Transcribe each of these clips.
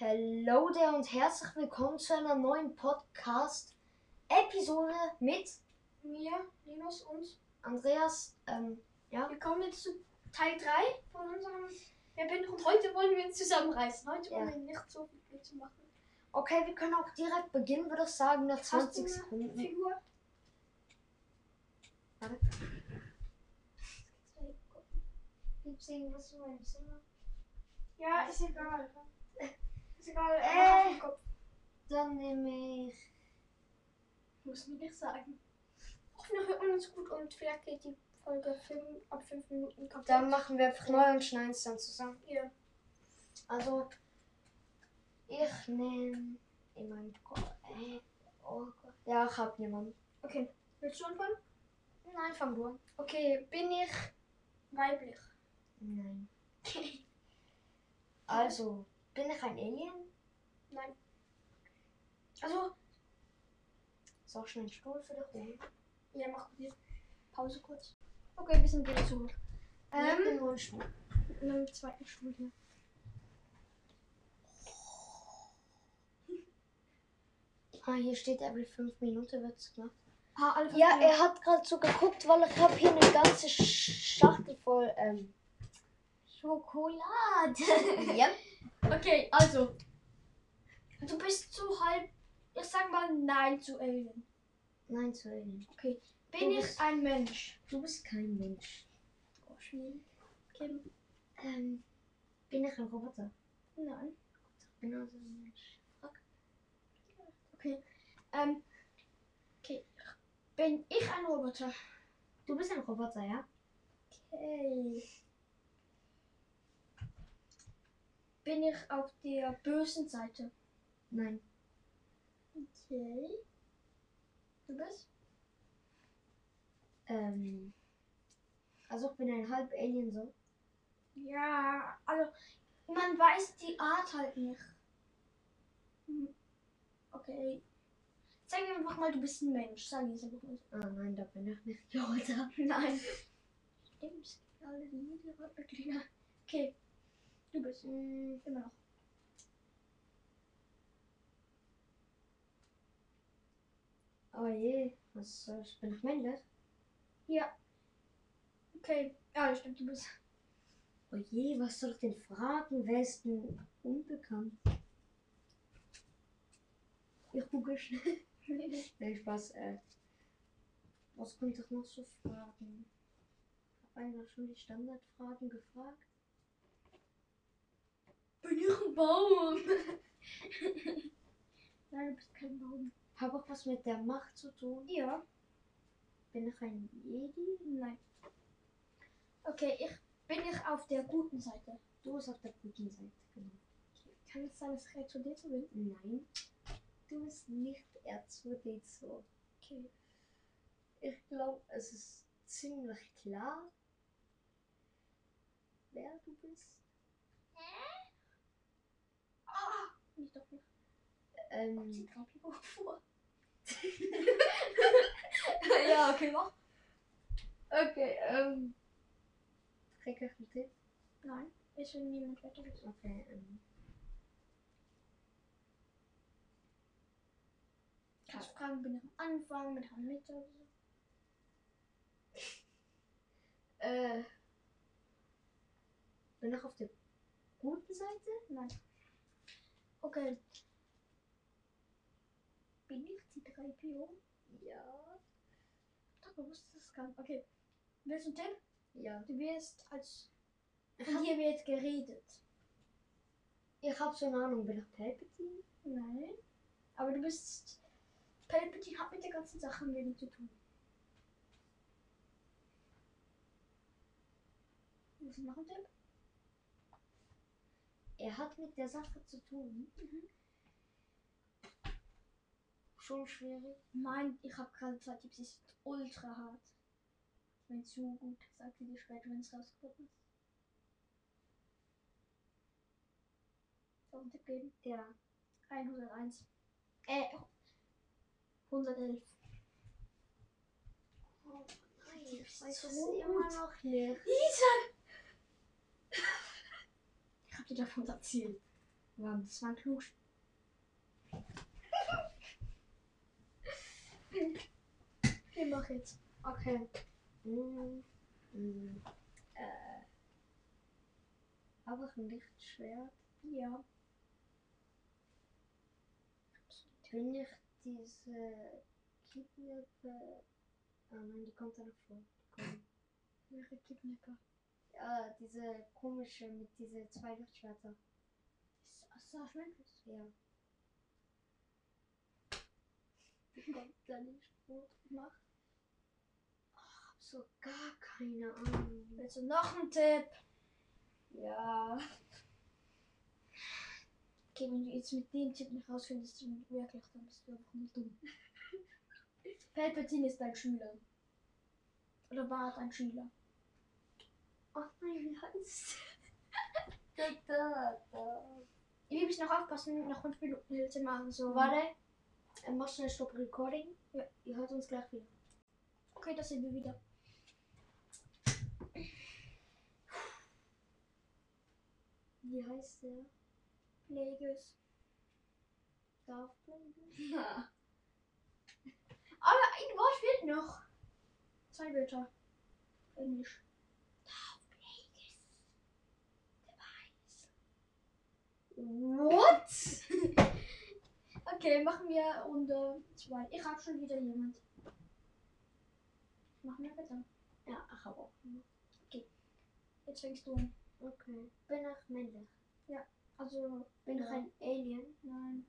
Hello there und herzlich willkommen zu einer neuen Podcast-Episode mit Mia, Linus und Andreas. Ähm, wir kommen jetzt zu Teil 3 von unserem Wer bin ich? Und heute wollen wir uns zusammenreißen. Heute Ja. wollen wir nicht so viel Glück zu machen. okay, wir können auch direkt beginnen, würde ich sagen, nach Hast du 20 eine Sekunden. Figur. Warte. Gibt's irgendwas in meinem Zimmer? Ja, ist egal. Ist egal, Äh. äh. Kopf. Dann nehme ich. Muss mir nicht sagen. Hoffentlich hört man uns gut und vielleicht geht die Folge fünf, ab 5 Minuten kaputt. Dann machen wir einfach neu und schneiden es dann zusammen. Ja. Also, ich nehme. Ich mein Gott. Äh, oh Gott. Ja, ich hab niemanden. Okay. Willst du anfangen? Nein, fang du an. Okay, bin ich weiblich? Nein. Also, bin ich ein Alien? Nein. Also, Soll ich schnell einen Stuhl für dich holen? ja, mach kurz. Pause kurz. Okay, wir sind wieder zurück. Ähm, Ähm, neuen Stuhl. in einem zweiten Stuhl hier. Ah, hier steht, every 5 Minuten wird es gemacht. Ah, alle Ja, er hat gerade so geguckt, weil ich habe hier eine ganze Sch- Schachtel voll ähm, Schokolade. ja. okay, also. Du bist zu halb. Ich sag mal Nein zu Alien. Nein, zu Alien. Okay. Du Bin ich bist- ein Mensch? Du bist kein Mensch. Oh, schwierig. Okay. Ähm, bin ich ein Roboter? Nein. Bin also ein Mensch. Okay. Ähm. Okay. Bin ich ein Roboter? Du bist ein Roboter, ja? Okay. Bin ich auf der bösen Seite? Nein. Okay. Du bist? Ähm, also ich bin ein halb Alien so. Ja, also man weiß die Art halt nicht. Hm. Okay. Sag mir einfach mal, du bist ein Mensch. Sag mir es einfach mal. Ah nein, da bin ich nicht Roboter. Nein. Stimmt, es gibt alle die die Roboterkinder. Okay. Du bist Hm, immer noch. oh je, was soll Also, ich? Bin ich männlich? Ja. Okay. Ja, stimmt, du bist. Oh je, was soll ich denn fragen? Wer ist denn unbekannt? Ich google schnell. Nein, Spaß. Äh, was könnte ich noch so fragen? Ich habe eigentlich schon die Standardfragen gefragt. Bin ich ein Baum? Nein, du bist kein Baum. Habe auch was mit der Macht zu tun? Ja, Bin ich ein Jedi? nein. Okay, ich bin ich auf der guten Seite. Du bist auf der guten Seite, genau. Kann es sein, dass ich jetzt zu dir zu bin? Nein, du bist nicht R2D2. Okay. Ich glaube, es ist ziemlich klar, wer du bist. Ah! Nicht doch nicht. Sie Ähm, treibt mir vor. ja, okay, mach. Okay, ähm. Krieg ich einen Tipp? Nein, ist schon niemand weiteres. Okay, ähm. Kannst du fragen, bin ich am Anfang, bin ich am Mitte oder so? Äh. Bin ich auf der guten Seite? Nein. Okay. Bin ich die 3PO? Ja. Doch, du wusstest das gar nicht. Okay. Willst du einen Tipp? Ja. Du wirst als. Ich Von hab, dir wird geredet. ich hab so eine Ahnung, bin ich Palpatine? Nein. Aber du bist. Palpatine hat mit der ganzen Sache wenig zu tun. Was machen Tipp? Er hat mit der Sache zu tun. Mhm. Schon schwierig. Mein, ich habe gerade zwei Tipps, die sind ultra hart. Wenn zu gut, sagt sie dir später, wenn es rausgekommen ist. Soll ich einen Tipp geben? Ja. 101. Äh, 111. Nein, ist ich weiß so es gut. immer noch nicht. Ich hab dir davon erzählt. waren. Das waren Klugsch Wir machen jetzt. Okay. Mm, mm, äh, einfach ein Lichtschwert. Ja. Bin ich diese Kidnapper? Ah nein, die kommt da noch vor. Die kommt- Wäre Kidnapper. Ja, diese komische mit diese zwei Lichtschwerter. Ist das Sarah Mendes? Ja. Die kommt da nicht vor. Mach. Hab Oh, so gar keine Ahnung. Willst du Also noch einen Tipp? Ja. Okay, wenn du jetzt mit dem Tipp nicht rausfindest, dann wirklich, dann bist du einfach nur dumm. Palpatine ist dein Schüler. Oder war dein Schüler? Ach nein, Oh wie heißt der? da, da, da. Ihr müsst noch aufpassen, noch fünf Minuten Hilfe machen. So. Warte. Äh, Ähm, mach schnell Stop Recording. Ja. Ihr hört uns gleich wieder. Okay, das sind wir wieder. Wie heißt der? Plagueis. Darf Ja. Aber ein Wort fehlt noch. Zwei Wörter. Englisch. What? Okay, machen wir Runde zwei. Ich hab schon wieder jemand. Machen wir bitte. Ja, ach, aber auch. Jetzt fängst du an. Okay. Bin ich männlich? Also, Bin ich Ja. ein Alien? nein.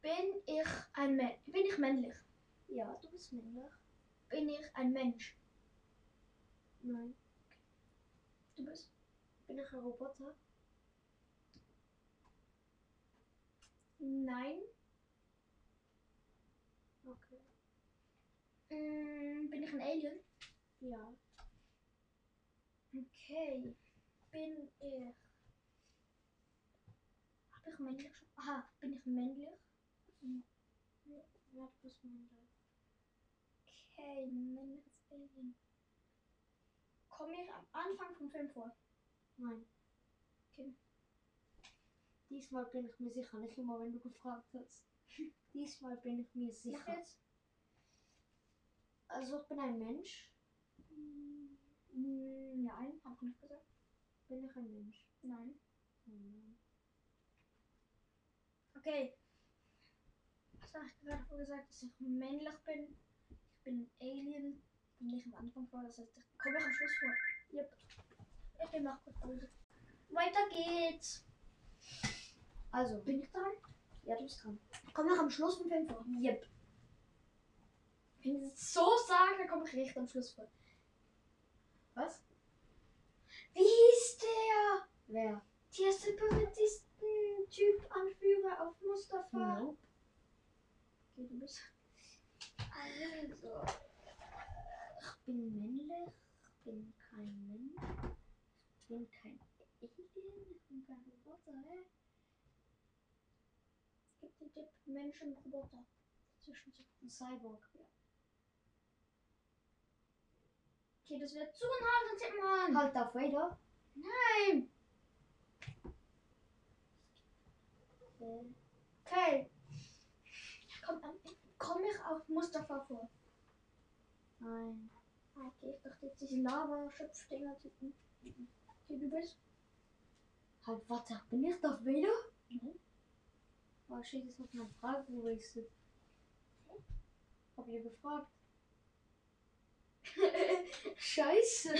Bin ich ein Mensch? Bin ich männlich? Ja, du bist männlich. Bin ich ein Mensch? Nein. Du bist? Bin ich ein Roboter? Nein. Okay. Mm, bin ich ein Alien? Ja. Okay, bin ich. Hab ich männlich schon? Aha, bin ich männlich? Mhm. Ja, du bist männlich. Okay, männliches Alien. Komme ich am Anfang vom Film vor? Nein. Okay. Diesmal bin ich mir sicher, nicht immer, wenn du gefragt hast. Diesmal bin ich mir Mach sicher. jetzt? Also ich bin ein Mensch. Mm, Nein, hab ich nicht gesagt. Bin ich ein Mensch? Mhm. Nein. Nein. Okay. Was habe ich gerade vorgesagt, dass ich männlich bin? Ich bin ein Alien. Ich bin nicht am Anfang vor, das heißt, ich komme am Schluss vor. Yep. Ich bin noch kurz Pause. Weiter geht's. Also, Bin ich dran? ja, du bist dran. Komme ich am Schluss vom Film vor? Yep. Wenn ich das so sage, dann komme ich recht am Schluss vor. Was? Wie hieß der? Wer? Der mm, Separatisten-Typ Anführer auf Mustafa. Nope. Okay, du bist. Also. Ich bin männlich. Ich bin kein Mensch. Ich bin kein Alien. Ich bin kein Roboter. Hä? Es gibt den Tipp Mensch und Roboter. Zwischen so. Ein Cyborg. Okay, das wird zu nah, Tipp Mann. Halt Darth Vader. Nein. Äh, Okay. Komm, ähm, komm ich auf Mustafa vor? nein. Ah, Okay, ich dachte jetzt diese Lava-Schöpfdinger-Typen. Okay, du bist. Halt, warte. Bin ich Darth Vader? Nein. Oh, shit, jetzt noch meine Frage gewesen. Hab ihr gefragt. Scheiße.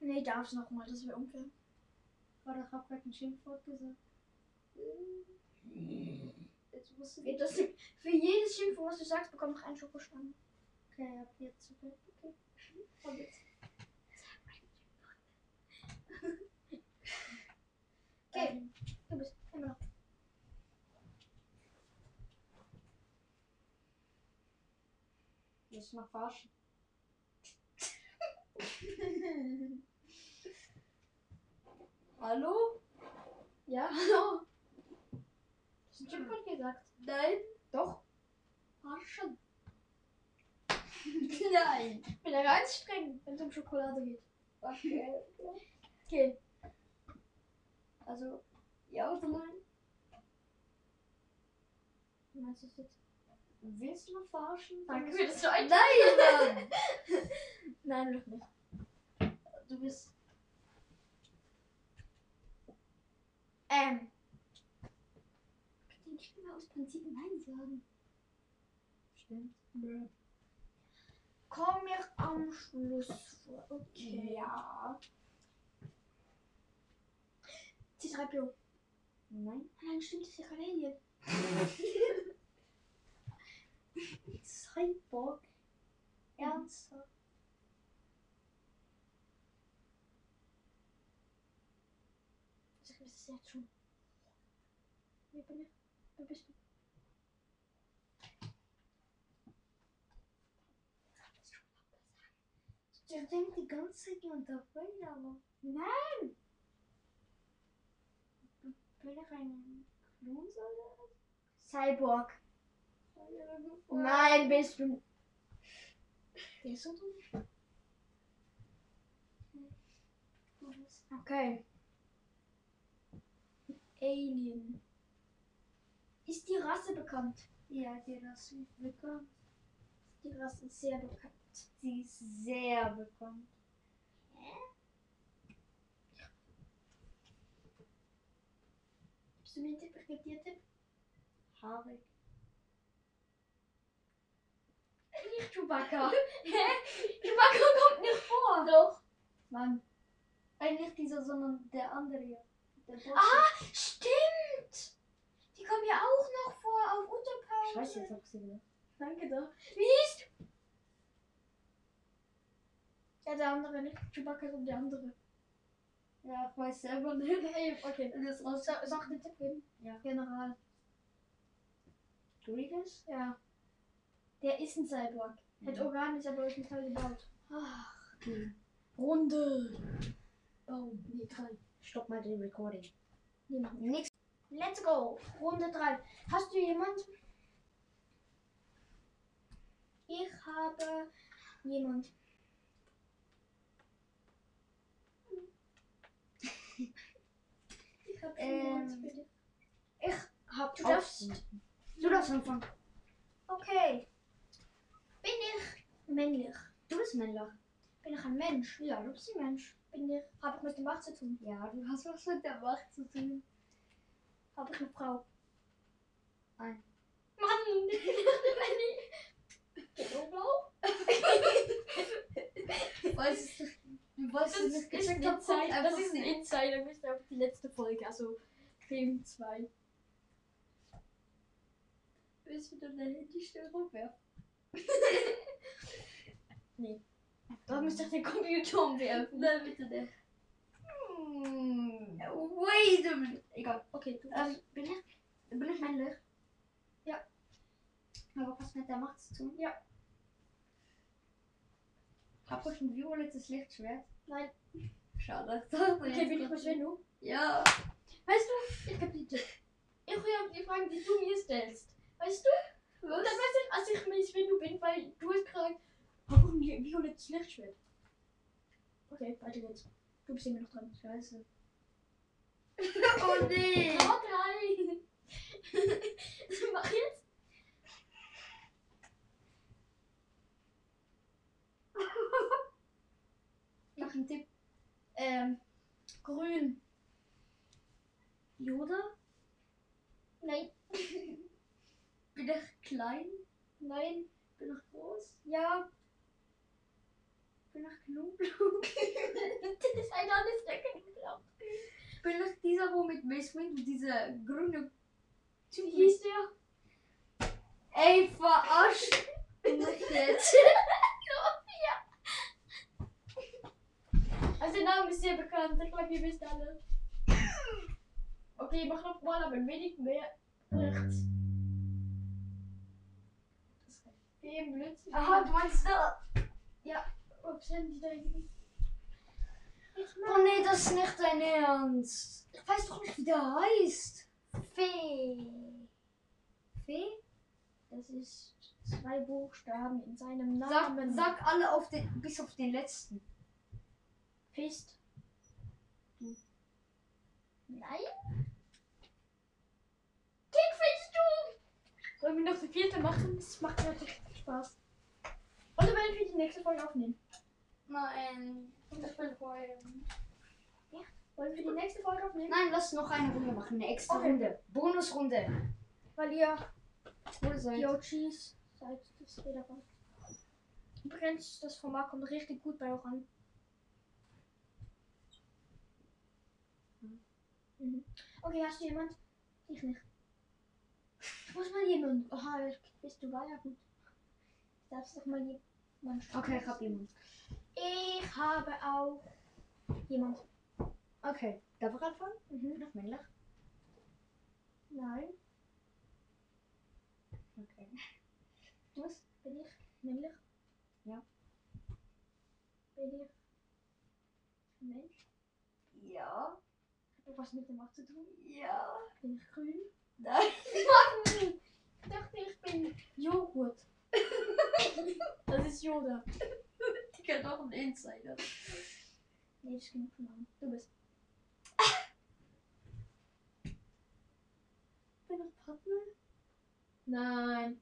nee, darf's nochmal, das wäre unfair. Warte, ich hab grad ein Schimpfwort gesagt. Jetzt musst du Für, das, für jedes Schimpfwort, was du sagst, bekomme ich einen Schokostern. Okay, ab jetzt okay. okay. Und jetzt. Okay. Ähm, Du bist immer noch. Muss noch verarschen. Hallo? ja? Hallo? Das ist ein Schimpfwort gesagt. Nein. Doch. Verarschen. Nein. Ich bin ja ganz streng, wenn es um Schokolade geht. Okay. Okay. Also, ja oder nein? Wie meinst du das jetzt? Willst du mich verarschen? Danke Dann für bist das Schwein. Nein, Mann! Nein, doch nicht. Du bist. Ähm. Kannst du nicht mal aus Prinzip Nein sagen? Stimmt. Komm mir am Schluss vor. Okay. Ja. C3PO. Nein. Nein, stimmt, das ist ja kein Alien. Cyborg. Ernsthaft. Sag mir das ist jetzt schon. Wer bin ich? Wer bist du? Der denkt die ganze Zeit nur dabei, aber. Bin ich ein Nun soll der. Cyborg? Nein. Nein, bist du. Der ist so dumm. Okay. Alien. Ist die Rasse bekannt? Ja, die das bekommt. Die Rasse ist sehr bekannt. Sie ist sehr bekannt. Bist du mir einen Tipp? Ich geb dir einen Tipp. Haarig. Nicht Chewbacca. Hä? Chewbacca kommt nicht vor. Doch. Mann. Eigentlich Äh, nicht dieser, sondern der andere. hier. Der Bursche. Ah, stimmt. Die kommen ja auch noch vor auf Unterpause. Ich weiß jetzt, ob sie will. Danke doch. Wie hieß? Ja, der andere, nicht Chewbacca, sondern der andere. Ja, ich weiß selber nicht. okay. Das Soll soll ich dir einen Tipp geben? Ja. General. Grievous? Ja. Der ist ein Cyborg. Hat Mhm. organisch, aber aus Metall gebaut. Ach, okay. Runde. Baum. Oh, Nee, drei. Stopp mal den Recording. Nee, machen wir nix. Let's go. Runde 3. Hast du jemand? Ich habe jemand. Ich habe jemand Ähm. für dich. Ich hab du Auf- darfst, du darfst anfangen. Okay. Bin ich männlich? Du bist mein Lach. Bin ich ein Mensch? Ja, du bist ein Mensch. Bin ich, habe ich mit der Macht zu tun? Ja, du hast was mit der Macht zu tun. Habe ich eine Frau? Nein. Mann! Knoblauch? Du wolltest es du wolltest es nicht gecheckt haben. guck einfach das ist ein nicht. Insider, wir sind auf die letzte Folge, also Creme 2. Willst du wieder dein Handy schnell rumwerfen? Da müsste ich den Computer umwerfen. Nein, bitte nicht. Hm, Wait a minute. Egal. Okay, du Ähm, bin ich, bin ich männlich? Ja. Aber was mit der Macht zu tun? Ja. Hab ich ein violettes Lichtschwert? Nein. Schade. Okay, Okay, bin ich Verschwendung? Ja. Weißt du, ich hab die Tipp. Ich habe die Fragen, die du mir stellst. Weißt du? Und dann weißt du, als ich mich Verschwendung bin, weil du hast gefragt, warum mir violettes Lichtschwert? Okay, weiter geht's. Du bist immer noch dran. Scheiße. oh nee. Oh nein! Mach jetzt! Noch ein Tipp. Ehm, Ähm, grün. Yoda? Nein, Bin ich klein? nein, Bin ich groß? ja. Bin ich Knoblauch? Das ist ein anderes Decken, glaub. Bin ich dieser, wo mit Mace Windu dieser grüne Typ Wie hieß der? Ey, verarscht mich jetzt. Also der Name ist sehr bekannt, ich glaube, ihr wisst alle. Okay, mach noch mal, aber ein wenig mehr rechts. Dem Blödsinn. Aha, du meinst da. ups, Handy da hinten. Oh nee, das ist nicht dein Ernst. Ich weiß doch nicht, wie der heißt. Fee. Fee? Das ist zwei Buchstaben in seinem Sag, Namen. sag alle auf den, bis auf den letzten. Fist. Nein? Tick, findest du? Sollen wir noch die vierte machen? Das macht mir richtig Spaß. Oder wenn wir die nächste Folge aufnehmen? Nein. Ich bin voll. Ja, wollen wir die nächste Folge aufnehmen? Nein, lass noch eine Runde machen. Eine extra Okay. Runde. Bonusrunde. Weil ihr Wohl seid. Yo Cheese seid das Federband. Übrigens, das Format kommt richtig gut bei euch an. Mhm. Okay, hast du jemand? Ich nicht. Ich muss mal jemand. Oha, bist du Weihnachten? Du darfst doch mal jemand Okay, ich hab jemanden. Ich habe auch jemand. Okay. Darf ich anfangen? Mhm. Nou, Nach Männlach? Nein. Okay. Was? Bin ich männlich? Ja. Bin ich ein Mensch? Ja. Hat das was mit der Macht zu tun? Ja. Bin ich grün? Nein. Mann! Ich dachte, ich bin Joghurt. das ist Yoda. Die kann doch ein Insider. Nee, das ist genug von Namen. Du bist. bin ich Partner? Nein.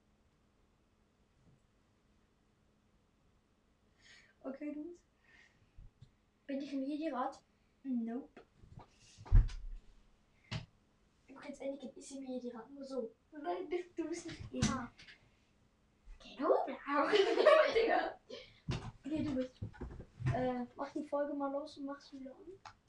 Okay, du bist. Bin ich ein Jedi-Rat? Nope. Übrigens, Anakin ist im Jedi-Rat, nur so. Nein, du bist nicht ich. Ja. Genau, Digga. Eh, Nee, du bist. Äh, mach die Folge mal los und mach's wieder an.